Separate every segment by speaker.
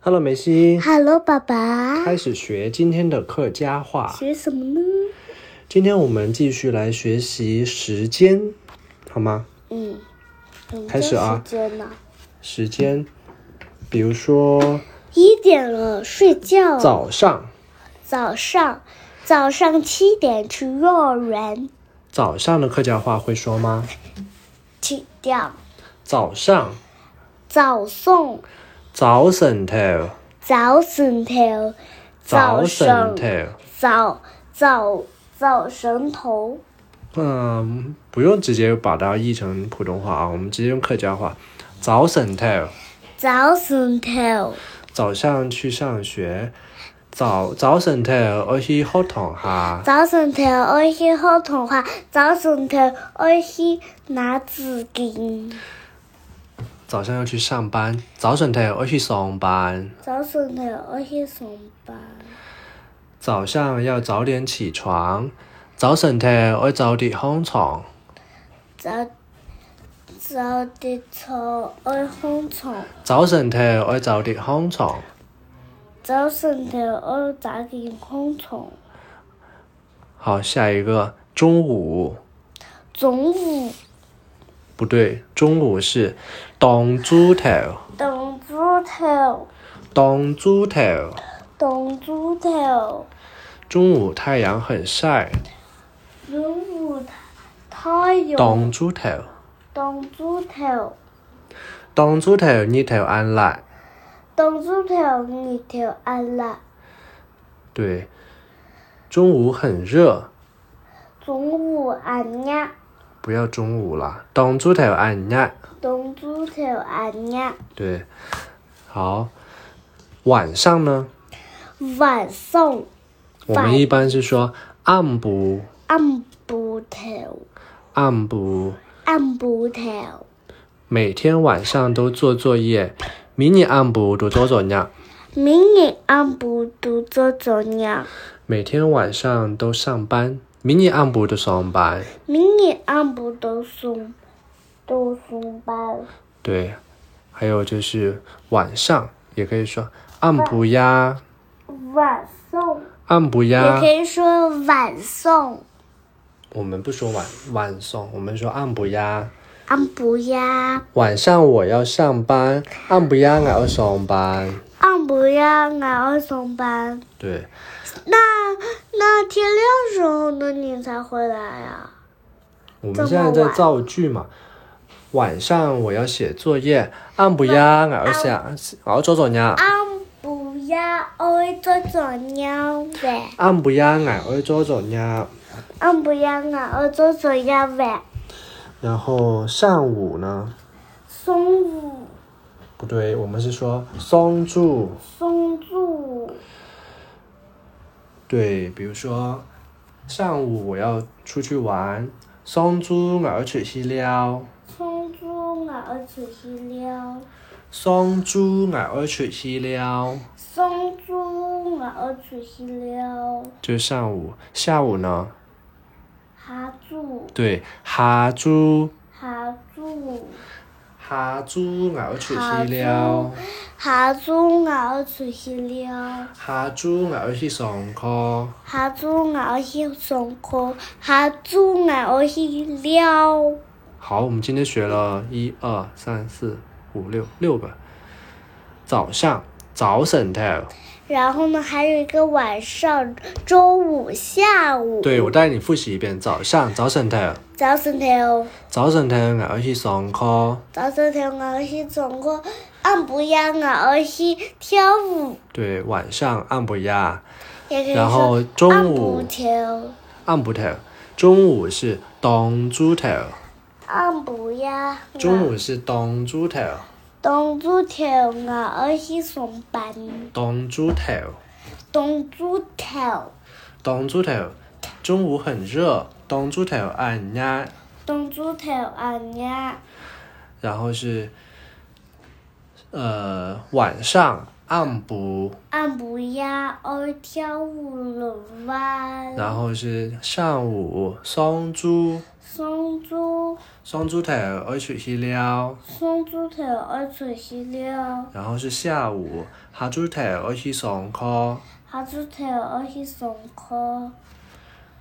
Speaker 1: Hello，梅西，
Speaker 2: Hello，爸爸，
Speaker 1: 开始学今天的客家话。
Speaker 2: 学什么呢？
Speaker 1: 今天我们继续来学习时间，好吗？
Speaker 2: 嗯，很
Speaker 1: 开始啊
Speaker 2: 时间呢？
Speaker 1: 时间，比如说
Speaker 2: 一点了，睡觉。
Speaker 1: 早上，
Speaker 2: 早上，早上七点去幼儿园，
Speaker 1: 早上的客家话会说吗？
Speaker 2: 起掉。
Speaker 1: 早上，
Speaker 2: 早送，
Speaker 1: 早晨头，
Speaker 2: 早枕头，
Speaker 1: 早晨
Speaker 2: 上，
Speaker 1: 头。
Speaker 2: 早早早神头。
Speaker 1: 嗯，不用直接把它译成普通话啊，我们直接用客家话。早晨头，
Speaker 2: 早晨头，
Speaker 1: 早上去上学。早早晨头，我去学堂哈。
Speaker 2: 早晨头，我去好童话。早晨头，我去拿纸巾。
Speaker 1: 早上要去上班，早晨头我去上班，
Speaker 2: 早晨头，哎我去上班。
Speaker 1: 早上要早点起床，早晨头我早点起床，
Speaker 2: 早早的床，我空床。
Speaker 1: 早晨头我早点起床，
Speaker 2: 早晨头，我早点空床。
Speaker 1: 好，下一个中午
Speaker 2: 中午，
Speaker 1: 不对，中午是当猪头，
Speaker 2: 冻猪头，
Speaker 1: 当猪头，
Speaker 2: 冻猪头。
Speaker 1: 中午太阳很晒，
Speaker 2: 中午太太阳，
Speaker 1: 当猪头，
Speaker 2: 冻猪头，
Speaker 1: 当猪头日头安来，
Speaker 2: 冻猪头，日头安啦。
Speaker 1: 对，中午很热，
Speaker 2: 中午安呀，
Speaker 1: 不要中午啦，当猪头安热。
Speaker 2: 冻猪头安呀。
Speaker 1: 对，好，晚上呢，
Speaker 2: 晚上，
Speaker 1: 我们一般是说暗部
Speaker 2: 暗布头，
Speaker 1: 暗部，
Speaker 2: 暗布头。
Speaker 1: 每天晚上都做作业，迷你暗部都做作业，
Speaker 2: 明年俺不读这种呀，
Speaker 1: 每天晚上都上班，迷你暗部都上班。
Speaker 2: 明年俺不读送，读送班。
Speaker 1: 对，还有就是晚上也可以说暗部呀，
Speaker 2: 晚送
Speaker 1: 暗部
Speaker 2: 也
Speaker 1: 呀
Speaker 2: 可。以说晚送，
Speaker 1: 我们不说晚晚上，我们说暗部呀。
Speaker 2: 俺不呀，
Speaker 1: 晚上我要上班，暗部呀，我要上班。
Speaker 2: 俺不呀，俺要上班。
Speaker 1: 对。
Speaker 2: 那那天亮时候呢，你才回来啊呀？
Speaker 1: 我们现在在造句嘛。晚上我要写作业，按不呀，俺要写，我要做作业，
Speaker 2: 俺不呀，爱这种呀喂，
Speaker 1: 按不呀，俺要做作业。
Speaker 2: 俺不呀，俺要这种呀喂。
Speaker 1: 然后上午呢？
Speaker 2: 松午，
Speaker 1: 不对，我们是说松住。
Speaker 2: 松住。
Speaker 1: 对，比如说上午我要出去玩，松住我要出去撩，
Speaker 2: 松猪熬出去了，
Speaker 1: 松住我要出去撩，
Speaker 2: 松猪熬出去了，
Speaker 1: 就是上午。下午呢？
Speaker 2: 哈住
Speaker 1: 对，下住，
Speaker 2: 哈住
Speaker 1: 下住我要出
Speaker 2: 下
Speaker 1: 去撩
Speaker 2: 午。哈猪熬出去了，
Speaker 1: 下晝我要去上課，
Speaker 2: 哈猪熬去上课，哈猪熬去了，
Speaker 1: 好，我们今天学了一二三四五六六个。早上早晨头，
Speaker 2: 然后呢，还有一个晚上，周五下午，
Speaker 1: 对我带你复习一遍。早上早晨头，
Speaker 2: 早晨头，
Speaker 1: 早晨头我要去上課，
Speaker 2: 早晨头熬去上课，俺不要熬去跳舞，
Speaker 1: 对，晚上按不呀，
Speaker 2: 也可以
Speaker 1: 然
Speaker 2: 说。
Speaker 1: 后中
Speaker 2: 按不
Speaker 1: 午
Speaker 2: 条，
Speaker 1: 按不头，中午是当猪头，
Speaker 2: 按不呀。
Speaker 1: 中午是当猪头，
Speaker 2: 东猪头，我要去上班。
Speaker 1: 当猪头，
Speaker 2: 东猪头，
Speaker 1: 当猪头，中午很热，当猪头按哎呀。
Speaker 2: 东猪头，俺呀，
Speaker 1: 然后是，呃，晚上暗补，
Speaker 2: 俺不呀，我跳舞了哇。
Speaker 1: 然后是上午松猪，
Speaker 2: 松猪，
Speaker 1: 松猪头我出去了，
Speaker 2: 松猪头我出去了，
Speaker 1: 然后是下午，下猪头我去上课。
Speaker 2: 下猪头我去上课。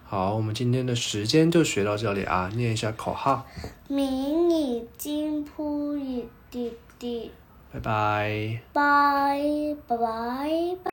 Speaker 1: 好，我们今天的时间就学到这里啊，念一下口号，
Speaker 2: 明日金铺一滴滴，
Speaker 1: 拜拜。
Speaker 2: 拜拜拜拜。